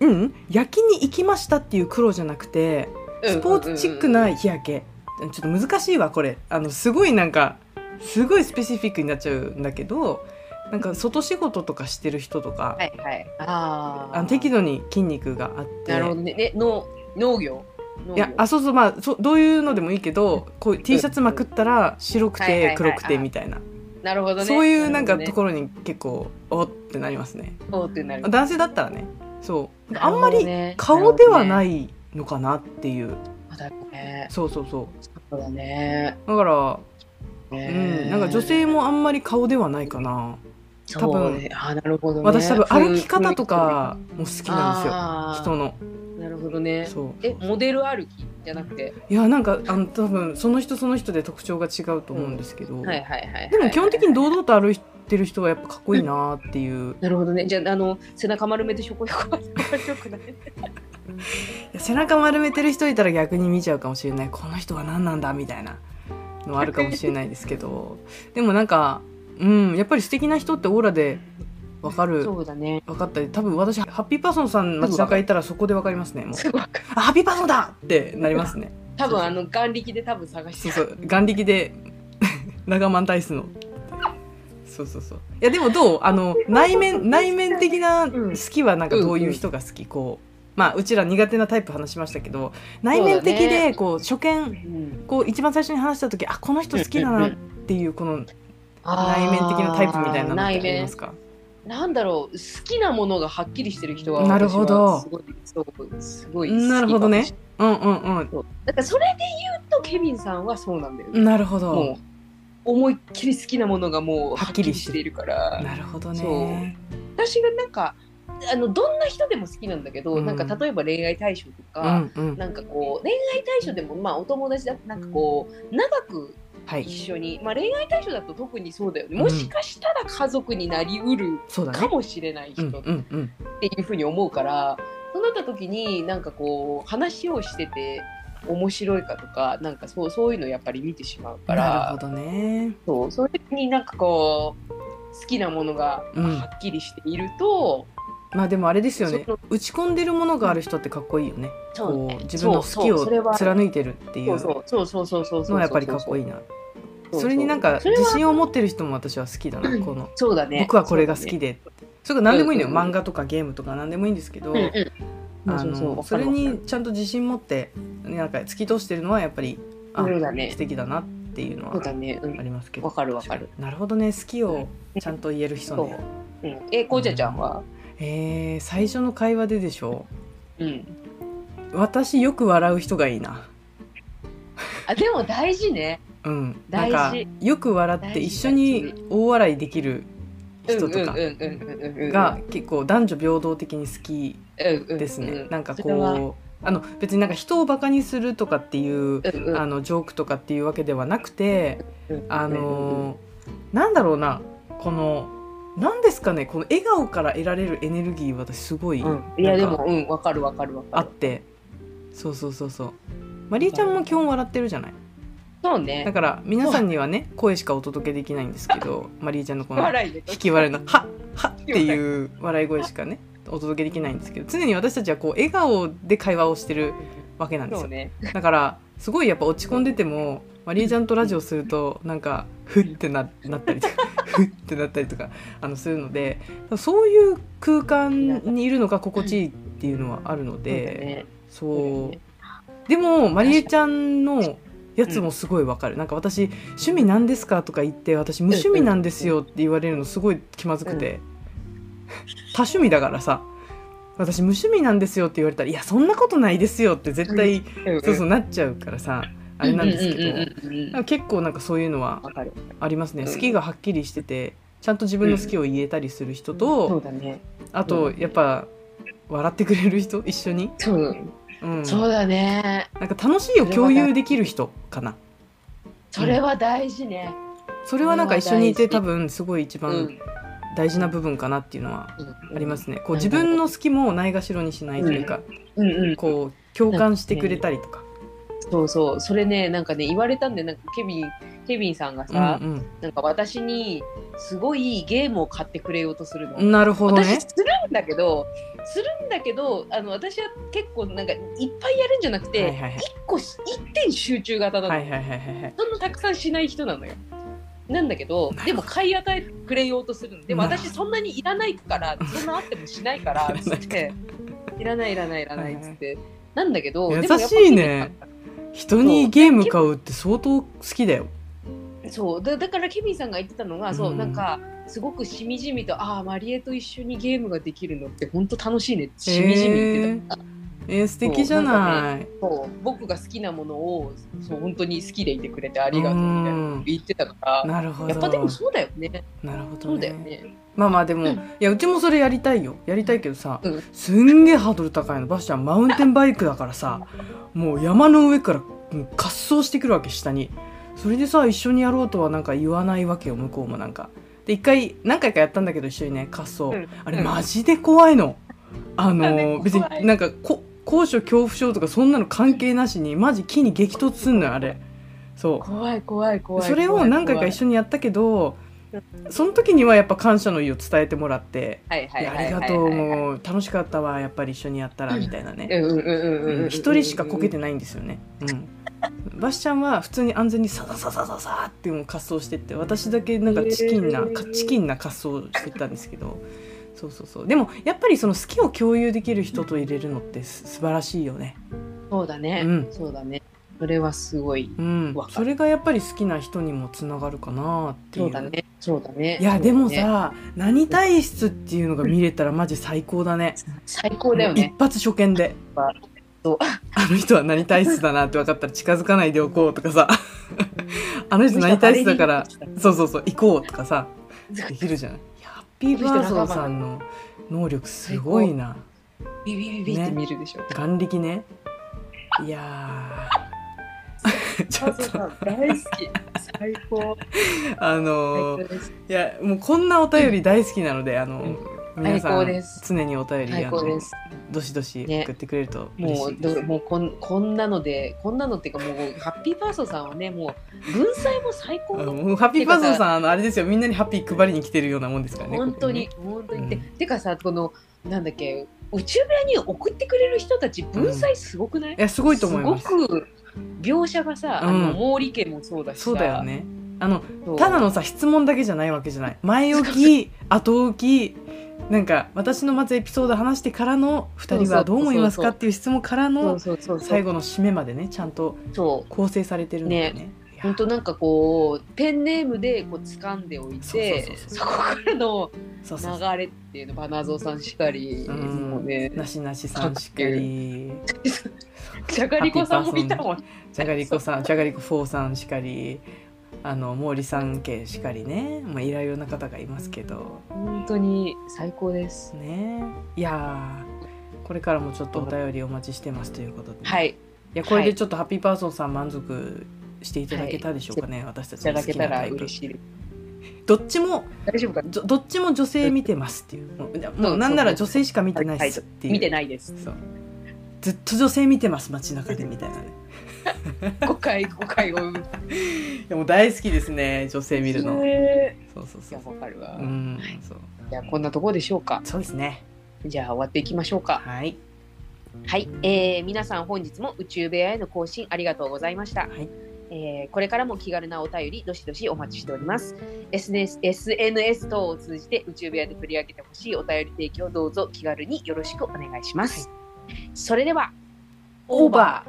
[SPEAKER 1] うん焼きに行きましたっていう黒じゃなくて
[SPEAKER 2] う
[SPEAKER 1] ス
[SPEAKER 2] ん
[SPEAKER 1] ポーツチックな日焼け、ちょっと難しいわこれあのすごいなんかすごいスペシフィックになっちゃうんだけどなんか外仕事とかしてる人とか、
[SPEAKER 2] はいはいあ
[SPEAKER 1] あの適度に筋肉があって
[SPEAKER 2] なるほどねね農農業農業
[SPEAKER 1] いやあそうそうまあそうどういうのでもいいけどこう T シャツまくったら白く
[SPEAKER 2] はいはいはいは
[SPEAKER 1] て
[SPEAKER 2] い
[SPEAKER 1] 黒くてみたいな、
[SPEAKER 2] なるほどね
[SPEAKER 1] そういうなんか
[SPEAKER 2] る
[SPEAKER 1] と
[SPEAKER 2] ほ
[SPEAKER 1] ころに結構おってなりますね
[SPEAKER 2] どねそうってなる
[SPEAKER 1] 男性だったらねそうあんま
[SPEAKER 2] なるほど
[SPEAKER 1] り
[SPEAKER 2] ね
[SPEAKER 1] 顔ではな
[SPEAKER 2] る
[SPEAKER 1] いのかなっていう、
[SPEAKER 2] ほどねそ
[SPEAKER 1] そう
[SPEAKER 2] うだね
[SPEAKER 1] そうそ
[SPEAKER 2] そうだね
[SPEAKER 1] うだから
[SPEAKER 2] う
[SPEAKER 1] うん、なんか女性もあんまり顔ではないかな、多分
[SPEAKER 2] そうねあなるほどね
[SPEAKER 1] 私多分歩き方とかも好きなんですよ
[SPEAKER 2] あー
[SPEAKER 1] 人の
[SPEAKER 2] なるほどね
[SPEAKER 1] そう
[SPEAKER 2] えモデル歩きじゃなくて
[SPEAKER 1] いやなんかあの多分その人その人で特徴が違うと思うんですけど、
[SPEAKER 2] はいはいはいはい
[SPEAKER 1] でも基本的に堂々と歩いてる人はやっぱかっこいいなっていう、
[SPEAKER 2] なるほどねじゃああの背中丸めてしょこしょこ歩くのは良くない
[SPEAKER 1] や背中丸めてる人いたら逆に見ちゃうかもしれないこの人は何なんだみたいなのあるかもしれないですけど でもなんかうんやっぱり素敵な人ってオーラでわかる
[SPEAKER 2] そうだね。
[SPEAKER 1] 分かったり多分私ハッピーパーソンさん街中いたらそこで分かりますねもう
[SPEAKER 2] すごいわかる。
[SPEAKER 1] あハッピーパーソンだってなりますね
[SPEAKER 2] 多分あの眼力で多分探して
[SPEAKER 1] そう
[SPEAKER 2] る
[SPEAKER 1] そう眼力で 長満体質のそうそうそういやでもどうあの内面内面的な
[SPEAKER 2] うん
[SPEAKER 1] 好きはなんかどういう人が好き、こうまあうちら苦手なタイプ話しましたけど内面的
[SPEAKER 2] そうだ
[SPEAKER 1] で
[SPEAKER 2] ね
[SPEAKER 1] こう初見
[SPEAKER 2] うん
[SPEAKER 1] こう一番最初に話した時あこの人好きだ
[SPEAKER 2] うんう
[SPEAKER 1] なん
[SPEAKER 2] う
[SPEAKER 1] っ
[SPEAKER 2] ん
[SPEAKER 1] ていうこの
[SPEAKER 2] あ
[SPEAKER 1] 内
[SPEAKER 2] ー
[SPEAKER 1] 面的なタイプみたいなのってあ
[SPEAKER 2] 内
[SPEAKER 1] りま
[SPEAKER 2] 面
[SPEAKER 1] すか
[SPEAKER 2] なんだろう好きなものがはっきりしてる人は
[SPEAKER 1] なるほど
[SPEAKER 2] 私はすごいそうすごい好きかもしれ
[SPEAKER 1] なるほどねうんうん
[SPEAKER 2] そうだからそれで言うとケビンさんはそうなんだよ
[SPEAKER 1] う
[SPEAKER 2] ね、
[SPEAKER 1] んなるほど
[SPEAKER 2] もう思いっきり好きなものがもう
[SPEAKER 1] は
[SPEAKER 2] は
[SPEAKER 1] っ
[SPEAKER 2] っ
[SPEAKER 1] き
[SPEAKER 2] き
[SPEAKER 1] り
[SPEAKER 2] り
[SPEAKER 1] し
[SPEAKER 2] してているから
[SPEAKER 1] なるほど
[SPEAKER 2] そう
[SPEAKER 1] ね
[SPEAKER 2] 私がなんかあのどんな人でも好きなんだけど、
[SPEAKER 1] うん
[SPEAKER 2] なんか例えば恋愛対象と
[SPEAKER 1] う
[SPEAKER 2] か、
[SPEAKER 1] んうん
[SPEAKER 2] なんかこう恋愛対象でもまあお友達だってなんかこう長く
[SPEAKER 1] はい
[SPEAKER 2] 一緒に、まあ、恋愛対象だと特にそうだよねもしかしたら家族になりうる
[SPEAKER 1] そうだ
[SPEAKER 2] か
[SPEAKER 1] ね
[SPEAKER 2] もしれない
[SPEAKER 1] うん
[SPEAKER 2] 人
[SPEAKER 1] う
[SPEAKER 2] って
[SPEAKER 1] んうん
[SPEAKER 2] いうふうに思うから、そうなった時になんかこう話をしてて面白いかとかなんかそうそういうのやっぱり見てしまう
[SPEAKER 1] な
[SPEAKER 2] から
[SPEAKER 1] るほどね
[SPEAKER 2] そうそれになんかこう好きなものが
[SPEAKER 1] うん
[SPEAKER 2] はっきりしていると、
[SPEAKER 1] まあでもあれですよね
[SPEAKER 2] その
[SPEAKER 1] 打ち込んでるものがある人ってかっこいいよね
[SPEAKER 2] そうね
[SPEAKER 1] こう自分の好き
[SPEAKER 2] そうそれ
[SPEAKER 1] を
[SPEAKER 2] は
[SPEAKER 1] 貫いてるっていう
[SPEAKER 2] そうそうそうそうそうそうそう
[SPEAKER 1] のはやっぱりかっこいいな
[SPEAKER 2] そう
[SPEAKER 1] それになんか
[SPEAKER 2] それは
[SPEAKER 1] 自信を持ってる人も私は好きだな
[SPEAKER 2] うん
[SPEAKER 1] この
[SPEAKER 2] そうだね
[SPEAKER 1] 僕はこれが好き
[SPEAKER 2] で
[SPEAKER 1] でそれが何でもいいのよ
[SPEAKER 2] うんうんうん
[SPEAKER 1] 漫画とかゲームとか何でもいいんですけど
[SPEAKER 2] うんうん
[SPEAKER 1] あ
[SPEAKER 2] そうそうそう
[SPEAKER 1] の
[SPEAKER 2] わ
[SPEAKER 1] そ
[SPEAKER 2] かる
[SPEAKER 1] れ
[SPEAKER 2] わかる
[SPEAKER 1] にちゃんと自信持ってなんか突き通してるのはやっぱりあ
[SPEAKER 2] そうだね
[SPEAKER 1] 素敵だなっていうの
[SPEAKER 2] そ
[SPEAKER 1] は
[SPEAKER 2] うだねう
[SPEAKER 1] あ
[SPEAKER 2] ん
[SPEAKER 1] りますけど
[SPEAKER 2] わかるわかる
[SPEAKER 1] なるほどね好きをちゃんと言える人ね
[SPEAKER 2] そう、うん、えこうちゃちゃんは
[SPEAKER 1] えー最初の会話ででしょ
[SPEAKER 2] うん
[SPEAKER 1] 私よく笑う人がいいな
[SPEAKER 2] あでも大事ね
[SPEAKER 1] うん、なん
[SPEAKER 2] 大事
[SPEAKER 1] かよく笑って一緒に大笑いできる人とか
[SPEAKER 2] うんうんうんうんうんうん
[SPEAKER 1] が結構男女平等的に好きですね、なんか
[SPEAKER 2] それは
[SPEAKER 1] こうあの別になんか人をバカにするとかっていう、
[SPEAKER 2] うんうん
[SPEAKER 1] あのジョークとかっていうわけではなくて、
[SPEAKER 2] うんうん
[SPEAKER 1] あのなんだろうなこのなんですかねこの笑顔から得られるエネルギー私すごい、
[SPEAKER 2] うんいやで
[SPEAKER 1] なんか
[SPEAKER 2] もうんわかるわかるわ
[SPEAKER 1] あ
[SPEAKER 2] か
[SPEAKER 1] っ
[SPEAKER 2] る
[SPEAKER 1] てそうそうそうそうマリーちゃんも基本笑ってるじゃない
[SPEAKER 2] そう
[SPEAKER 1] だ
[SPEAKER 2] ね
[SPEAKER 1] から皆さんにはね声しかお届けできないんですけ どマリーちゃんのこの
[SPEAKER 2] 笑いで
[SPEAKER 1] 引き笑いの「はっはっ」っていう笑い声しかねお届けできないんですけど常に私たちはこう笑顔で会話をしてるわけなんです
[SPEAKER 2] そ
[SPEAKER 1] よ
[SPEAKER 2] うね
[SPEAKER 1] だからすごいやっぱ落ち込んでてもマリーちゃんとラジオするとなんかふってななったり とかふってなったりとかあのするのでそういう空間にいるのが心地いいっていうのはあるの
[SPEAKER 2] そうだ
[SPEAKER 1] で。
[SPEAKER 2] ね
[SPEAKER 1] そ
[SPEAKER 2] そううだよね
[SPEAKER 1] でもまりえちゃんのやつもすごいわかる、なんか私「趣味なんですか?」とか言って「私無趣味なんですよ」って言われるのすごい気まずくて、多趣味だからさ私無趣味なんですよって言われたら「いやそんなことないですよ」って絶対、
[SPEAKER 2] うんうん
[SPEAKER 1] そうそうなっちゃうからさあれなんですけど、
[SPEAKER 2] うんうんうんうん
[SPEAKER 1] なんか結構なんかそういうのは
[SPEAKER 2] わかる
[SPEAKER 1] ありますね、
[SPEAKER 2] うん
[SPEAKER 1] 好きがはっきりしててちゃんと自分の好きを言えたりする人と、
[SPEAKER 2] そうだね
[SPEAKER 1] あとやっぱ笑ってくれる人一緒に、
[SPEAKER 2] そう
[SPEAKER 1] うん、
[SPEAKER 2] そうだね
[SPEAKER 1] なんか楽しいを共有できる人かな。
[SPEAKER 2] それは大事ね
[SPEAKER 1] それはなんか一緒にいて
[SPEAKER 2] それ
[SPEAKER 1] 多
[SPEAKER 2] は
[SPEAKER 1] 分すごい一
[SPEAKER 2] うんう
[SPEAKER 1] 番
[SPEAKER 2] ん
[SPEAKER 1] 大事な部分かなっていうのはありますね。こう
[SPEAKER 2] うん
[SPEAKER 1] 自分の好きもないがしろにしないというか、
[SPEAKER 2] うんうん
[SPEAKER 1] こう共感してくれたりとか。
[SPEAKER 2] そうそうそれねなんかね言われたんでなんかケビンケビンさんがさ
[SPEAKER 1] うん
[SPEAKER 2] なんか私にすごいゲームを買ってくれようとするの
[SPEAKER 1] うん。なるほどね
[SPEAKER 2] 私。するんだけどするんだけどあの私は結構なんかいっぱいやるんじゃなく
[SPEAKER 1] はい
[SPEAKER 2] て、
[SPEAKER 1] はい
[SPEAKER 2] 一
[SPEAKER 1] はい。
[SPEAKER 2] 個し一点集中型なの、
[SPEAKER 1] はいはいはいはいはい。
[SPEAKER 2] そんなたくさんしない人なのよなんだけどでも買い与えてくれようとするのでも
[SPEAKER 1] なるほど
[SPEAKER 2] 私そんなにいらないからそんなあってもしないから
[SPEAKER 1] いらない
[SPEAKER 2] つっていらないいらないいらないっつってなんだけど
[SPEAKER 1] 優しいね
[SPEAKER 2] でもやっぱり
[SPEAKER 1] 人にゲーム買うって相当好きだよ。
[SPEAKER 2] そうだだからケビンさんが言ってたのが、そううんなんかすごくしみじみとああマリエと一緒にゲームができるのって本当楽しいねってしみじみ言ってた、
[SPEAKER 1] えー、素敵じゃない。
[SPEAKER 2] そう僕が好きなものをそう本当に好きでいてくれてあ
[SPEAKER 1] あ
[SPEAKER 2] りがとうみたいな
[SPEAKER 1] な。
[SPEAKER 2] 言ってたから
[SPEAKER 1] なるほど。
[SPEAKER 2] やっぱでもそうだよね
[SPEAKER 1] なるほ
[SPEAKER 2] そ
[SPEAKER 1] ど
[SPEAKER 2] うだよ
[SPEAKER 1] ね。
[SPEAKER 2] ね
[SPEAKER 1] まあまあでも、
[SPEAKER 2] うん
[SPEAKER 1] いやうちもそれやりたいよ。やりたいけどさ、
[SPEAKER 2] うん
[SPEAKER 1] すんげえハードル高いのバシちゃんマウンテンバイクだからさもう山の上からもう滑走してくるわけ下にそれでさ一緒にやろうとはなんか言わないわけよ向こうもなんかで一回何回かやったんだけど一緒にね滑走、
[SPEAKER 2] ん
[SPEAKER 1] あれ
[SPEAKER 2] うん
[SPEAKER 1] マジで怖いのあの
[SPEAKER 2] あれ怖い
[SPEAKER 1] 別になんかこ高所恐怖症とかそんなの関係なしにマジ木に激突すんのよあれそう
[SPEAKER 2] 怖い怖い怖い
[SPEAKER 1] それを何回か一
[SPEAKER 2] 緒
[SPEAKER 1] 緒にやったけどその時にはやっぱ感謝の意を伝えてもらって
[SPEAKER 2] は
[SPEAKER 1] 「
[SPEAKER 2] いはいい
[SPEAKER 1] や
[SPEAKER 2] はい
[SPEAKER 1] ありがとうもう楽しかったわやっぱり一緒にやったら」みたいなね
[SPEAKER 2] うんうんうんうん
[SPEAKER 1] うん
[SPEAKER 2] うん
[SPEAKER 1] 一人しかこけてないんですよねうんバシちゃんは普通に安全にササササササってもう滑走してって私だけなんかチキンな
[SPEAKER 2] へー
[SPEAKER 1] かチキンな滑走してたんですけどそうそうそうでもやっぱりその好きを共有できる人と入れるのってす素晴らしいよね
[SPEAKER 2] そうだね、
[SPEAKER 1] うん
[SPEAKER 2] そうだねそれはすごい
[SPEAKER 1] うん
[SPEAKER 2] わかる
[SPEAKER 1] それがやっぱり好きな人にもつながるかなっていう
[SPEAKER 2] そうだねそうだね
[SPEAKER 1] いやでも
[SPEAKER 2] そうだね
[SPEAKER 1] さ、何体質っていうのが見れたらマジ最高だね。
[SPEAKER 2] 最高だよ
[SPEAKER 1] もう
[SPEAKER 2] ね
[SPEAKER 1] 一発初見で
[SPEAKER 2] わ。そう
[SPEAKER 1] あの人は何体質だなって分かったら近づかないでおこうとかさ。あの人何体質だから、そうそうそう、行こうとかさ、できるじゃない。いやハッピーバーソンさんの能力すごいな。
[SPEAKER 2] ビビビビって見るでしょ、
[SPEAKER 1] 眼力ね。いやー。ちょ
[SPEAKER 2] あ
[SPEAKER 1] っ
[SPEAKER 2] そう
[SPEAKER 1] と、
[SPEAKER 2] だ大好き最高
[SPEAKER 1] あのー
[SPEAKER 2] 最高です
[SPEAKER 1] いやもうこんなお便り大好きなので、あの、
[SPEAKER 2] うん
[SPEAKER 1] 皆さ
[SPEAKER 2] 最高
[SPEAKER 1] ん
[SPEAKER 2] です
[SPEAKER 1] 常にお便り
[SPEAKER 2] 最
[SPEAKER 1] あ
[SPEAKER 2] 高
[SPEAKER 1] の
[SPEAKER 2] です
[SPEAKER 1] どしどし
[SPEAKER 2] ね
[SPEAKER 1] 送ってくれると嬉
[SPEAKER 2] も
[SPEAKER 1] し
[SPEAKER 2] う
[SPEAKER 1] いです、
[SPEAKER 2] どもうこんこんなのでこんなのっていうかもうハッピーパーソンさんはねもう文才も最高
[SPEAKER 1] あ
[SPEAKER 2] の
[SPEAKER 1] のもうハッピーパーソンさんあのあれですよみんなにハッピー配りに来てるようなもんですからね
[SPEAKER 2] 本当に
[SPEAKER 1] こ
[SPEAKER 2] 本当に、
[SPEAKER 1] うん
[SPEAKER 2] ててかさこのなんだっけ宇宙村に送ってくれる人たち文才すごくない、
[SPEAKER 1] こねいやすごいと思います
[SPEAKER 2] すごく描写がさ、あの
[SPEAKER 1] うん
[SPEAKER 2] 毛利家もそうだしさ
[SPEAKER 1] そうだよねあの
[SPEAKER 2] そう
[SPEAKER 1] ただのさ質問だけじゃないわけじゃない前置 き後置きなんか私のまずエピソード話してからの2人はどう思いますかっていう質問から
[SPEAKER 2] そう
[SPEAKER 1] の
[SPEAKER 2] そうそうそう
[SPEAKER 1] 最後の締めまでねちゃんと
[SPEAKER 2] そう
[SPEAKER 1] 構成されてるんだよねいや
[SPEAKER 2] 本当なんかこうペンネームでこう掴んでおい
[SPEAKER 1] そう
[SPEAKER 2] て
[SPEAKER 1] そうそうそう
[SPEAKER 2] そこからの
[SPEAKER 1] そうそうそう
[SPEAKER 2] 流れっていうのバナゾーさんしかり、
[SPEAKER 1] うん
[SPEAKER 2] もうね
[SPEAKER 1] なしなしさんしっかり
[SPEAKER 2] じゃがりこさんもいたもん
[SPEAKER 1] じゃがりこさんじゃがりこ4さんしかりあの毛利さん家しかりね、まあ、いろいろな方がいますけど
[SPEAKER 2] 本当に最高です
[SPEAKER 1] ねいやーこれからもちょっとお便りお待ちしてますということで、、
[SPEAKER 2] はいい
[SPEAKER 1] やこれでちょっとハッピーパーソンさん満足していただけたでしょうかね、私た
[SPEAKER 2] い
[SPEAKER 1] ち
[SPEAKER 2] た
[SPEAKER 1] の
[SPEAKER 2] だ
[SPEAKER 1] 好
[SPEAKER 2] け
[SPEAKER 1] き
[SPEAKER 2] た
[SPEAKER 1] な
[SPEAKER 2] ら
[SPEAKER 1] タイプ
[SPEAKER 2] 嬉しいです
[SPEAKER 1] どっちも
[SPEAKER 2] 大丈夫か
[SPEAKER 1] どどっちも女性見てますっていうもうもうなんなら女性しか見てないっすっていう
[SPEAKER 2] 見てな いです
[SPEAKER 1] そうずっと女性見てます街中でみたい なね
[SPEAKER 2] 誤解誤解を生
[SPEAKER 1] でも大好きですね女性見るの
[SPEAKER 2] むい
[SPEAKER 1] そうそうそ
[SPEAKER 2] や
[SPEAKER 1] う
[SPEAKER 2] わかるわ、
[SPEAKER 1] うんそう
[SPEAKER 2] じゃあこんなところでしょうか
[SPEAKER 1] そうですね
[SPEAKER 2] じゃあ終わっていきましょうか
[SPEAKER 1] はい
[SPEAKER 2] はい、えー皆さん本日も宇宙部屋への更新ありがとうございました、
[SPEAKER 1] はい
[SPEAKER 2] えーこれからも気軽なお便りどしどしお待ちしております SNS, SNS 等を通じて宇宙部屋で取り上げてほしいお便り提供どうぞ気軽によろしくお願いします、それでは
[SPEAKER 1] オーバ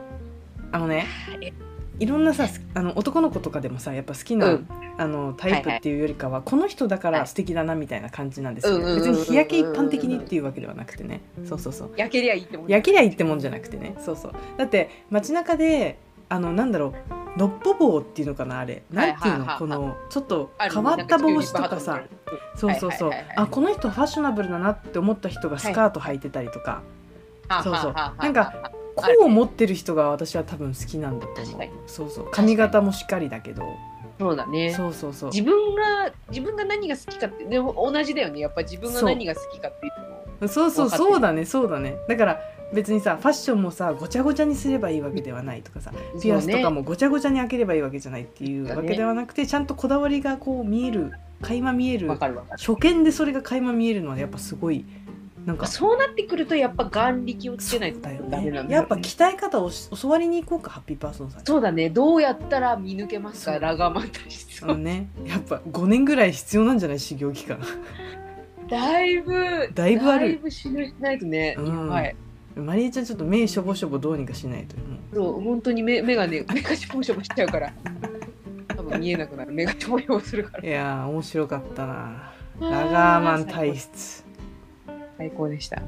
[SPEAKER 1] ーあのね
[SPEAKER 2] え
[SPEAKER 1] いろんなさすあの男の子とかでもさやっぱ好きな、
[SPEAKER 2] うん
[SPEAKER 1] あのタイプっていうよりかは、この人だから素敵だなみたいな感じなんですよ、
[SPEAKER 2] うんうんうんうん
[SPEAKER 1] 別に日焼け一般的にっていうわけではなくてねそうそうそう
[SPEAKER 2] 焼けりゃいいってもん
[SPEAKER 1] 焼きりゃいいってもんじゃなくてねそうそうだって街中であのなんだろうのっぽぼうっていうのかなあれなんていうの
[SPEAKER 2] はいはいはいはい
[SPEAKER 1] このちょっと
[SPEAKER 2] ある
[SPEAKER 1] 変わった帽子とかさ、そうそうそう、
[SPEAKER 2] はいはいはいはい
[SPEAKER 1] あこの人ファッショナブルだなって思った人がスカート履いてたりとか、
[SPEAKER 2] なん
[SPEAKER 1] そうそう
[SPEAKER 2] か
[SPEAKER 1] な
[SPEAKER 2] なんん
[SPEAKER 1] か
[SPEAKER 2] か
[SPEAKER 1] こうを持ってる人が私は多分好きなんだと思
[SPEAKER 2] 確
[SPEAKER 1] う
[SPEAKER 2] かに
[SPEAKER 1] そうそう髪型もしっかりだけど
[SPEAKER 2] そうだね
[SPEAKER 1] そうそうそう
[SPEAKER 2] 自分が自分が何が好きかってでも同じだよねやっぱ自分が何が好きかっていうのも
[SPEAKER 1] そうそう
[SPEAKER 2] わかってる
[SPEAKER 1] そうだねそうだねだから別にさファッションもさごちゃごちゃにすればいいわけではないとかさ
[SPEAKER 2] そうね
[SPEAKER 1] ピアスとかもごちゃごちゃに開ければいいわけじゃないっていうわけではなくてちゃんとこだわりがこう見える垣間見える
[SPEAKER 2] わかるわかる
[SPEAKER 1] 初見でそれが垣間見えるのはやっぱすごいなんか
[SPEAKER 2] そうなってくるとやっぱ眼力をつけないと
[SPEAKER 1] だよ
[SPEAKER 2] ダメなんだ
[SPEAKER 1] ね
[SPEAKER 2] よね
[SPEAKER 1] やっぱ鍛え方をし教わりに行こうかハッピーパーソンさんに
[SPEAKER 2] そうだねどうやったら見抜けます
[SPEAKER 1] そ
[SPEAKER 2] か
[SPEAKER 1] う
[SPEAKER 2] ラガーマン体質
[SPEAKER 1] あ
[SPEAKER 2] を
[SPEAKER 1] のねやっぱ5年ぐらい必要なんじゃない修行期間
[SPEAKER 2] だいぶ
[SPEAKER 1] だいぶある
[SPEAKER 2] だいぶしないとね、
[SPEAKER 1] うん
[SPEAKER 2] はい
[SPEAKER 1] マリエちゃんちょっと目しょぼしょぼどうにかしないとも
[SPEAKER 2] そう本当に目目がね目がしぼしぼしちゃうから多分見えなくなる目がしぼしぼするか
[SPEAKER 1] う
[SPEAKER 2] ら
[SPEAKER 1] いやー面白かったなラガーマン体質
[SPEAKER 2] 最高でした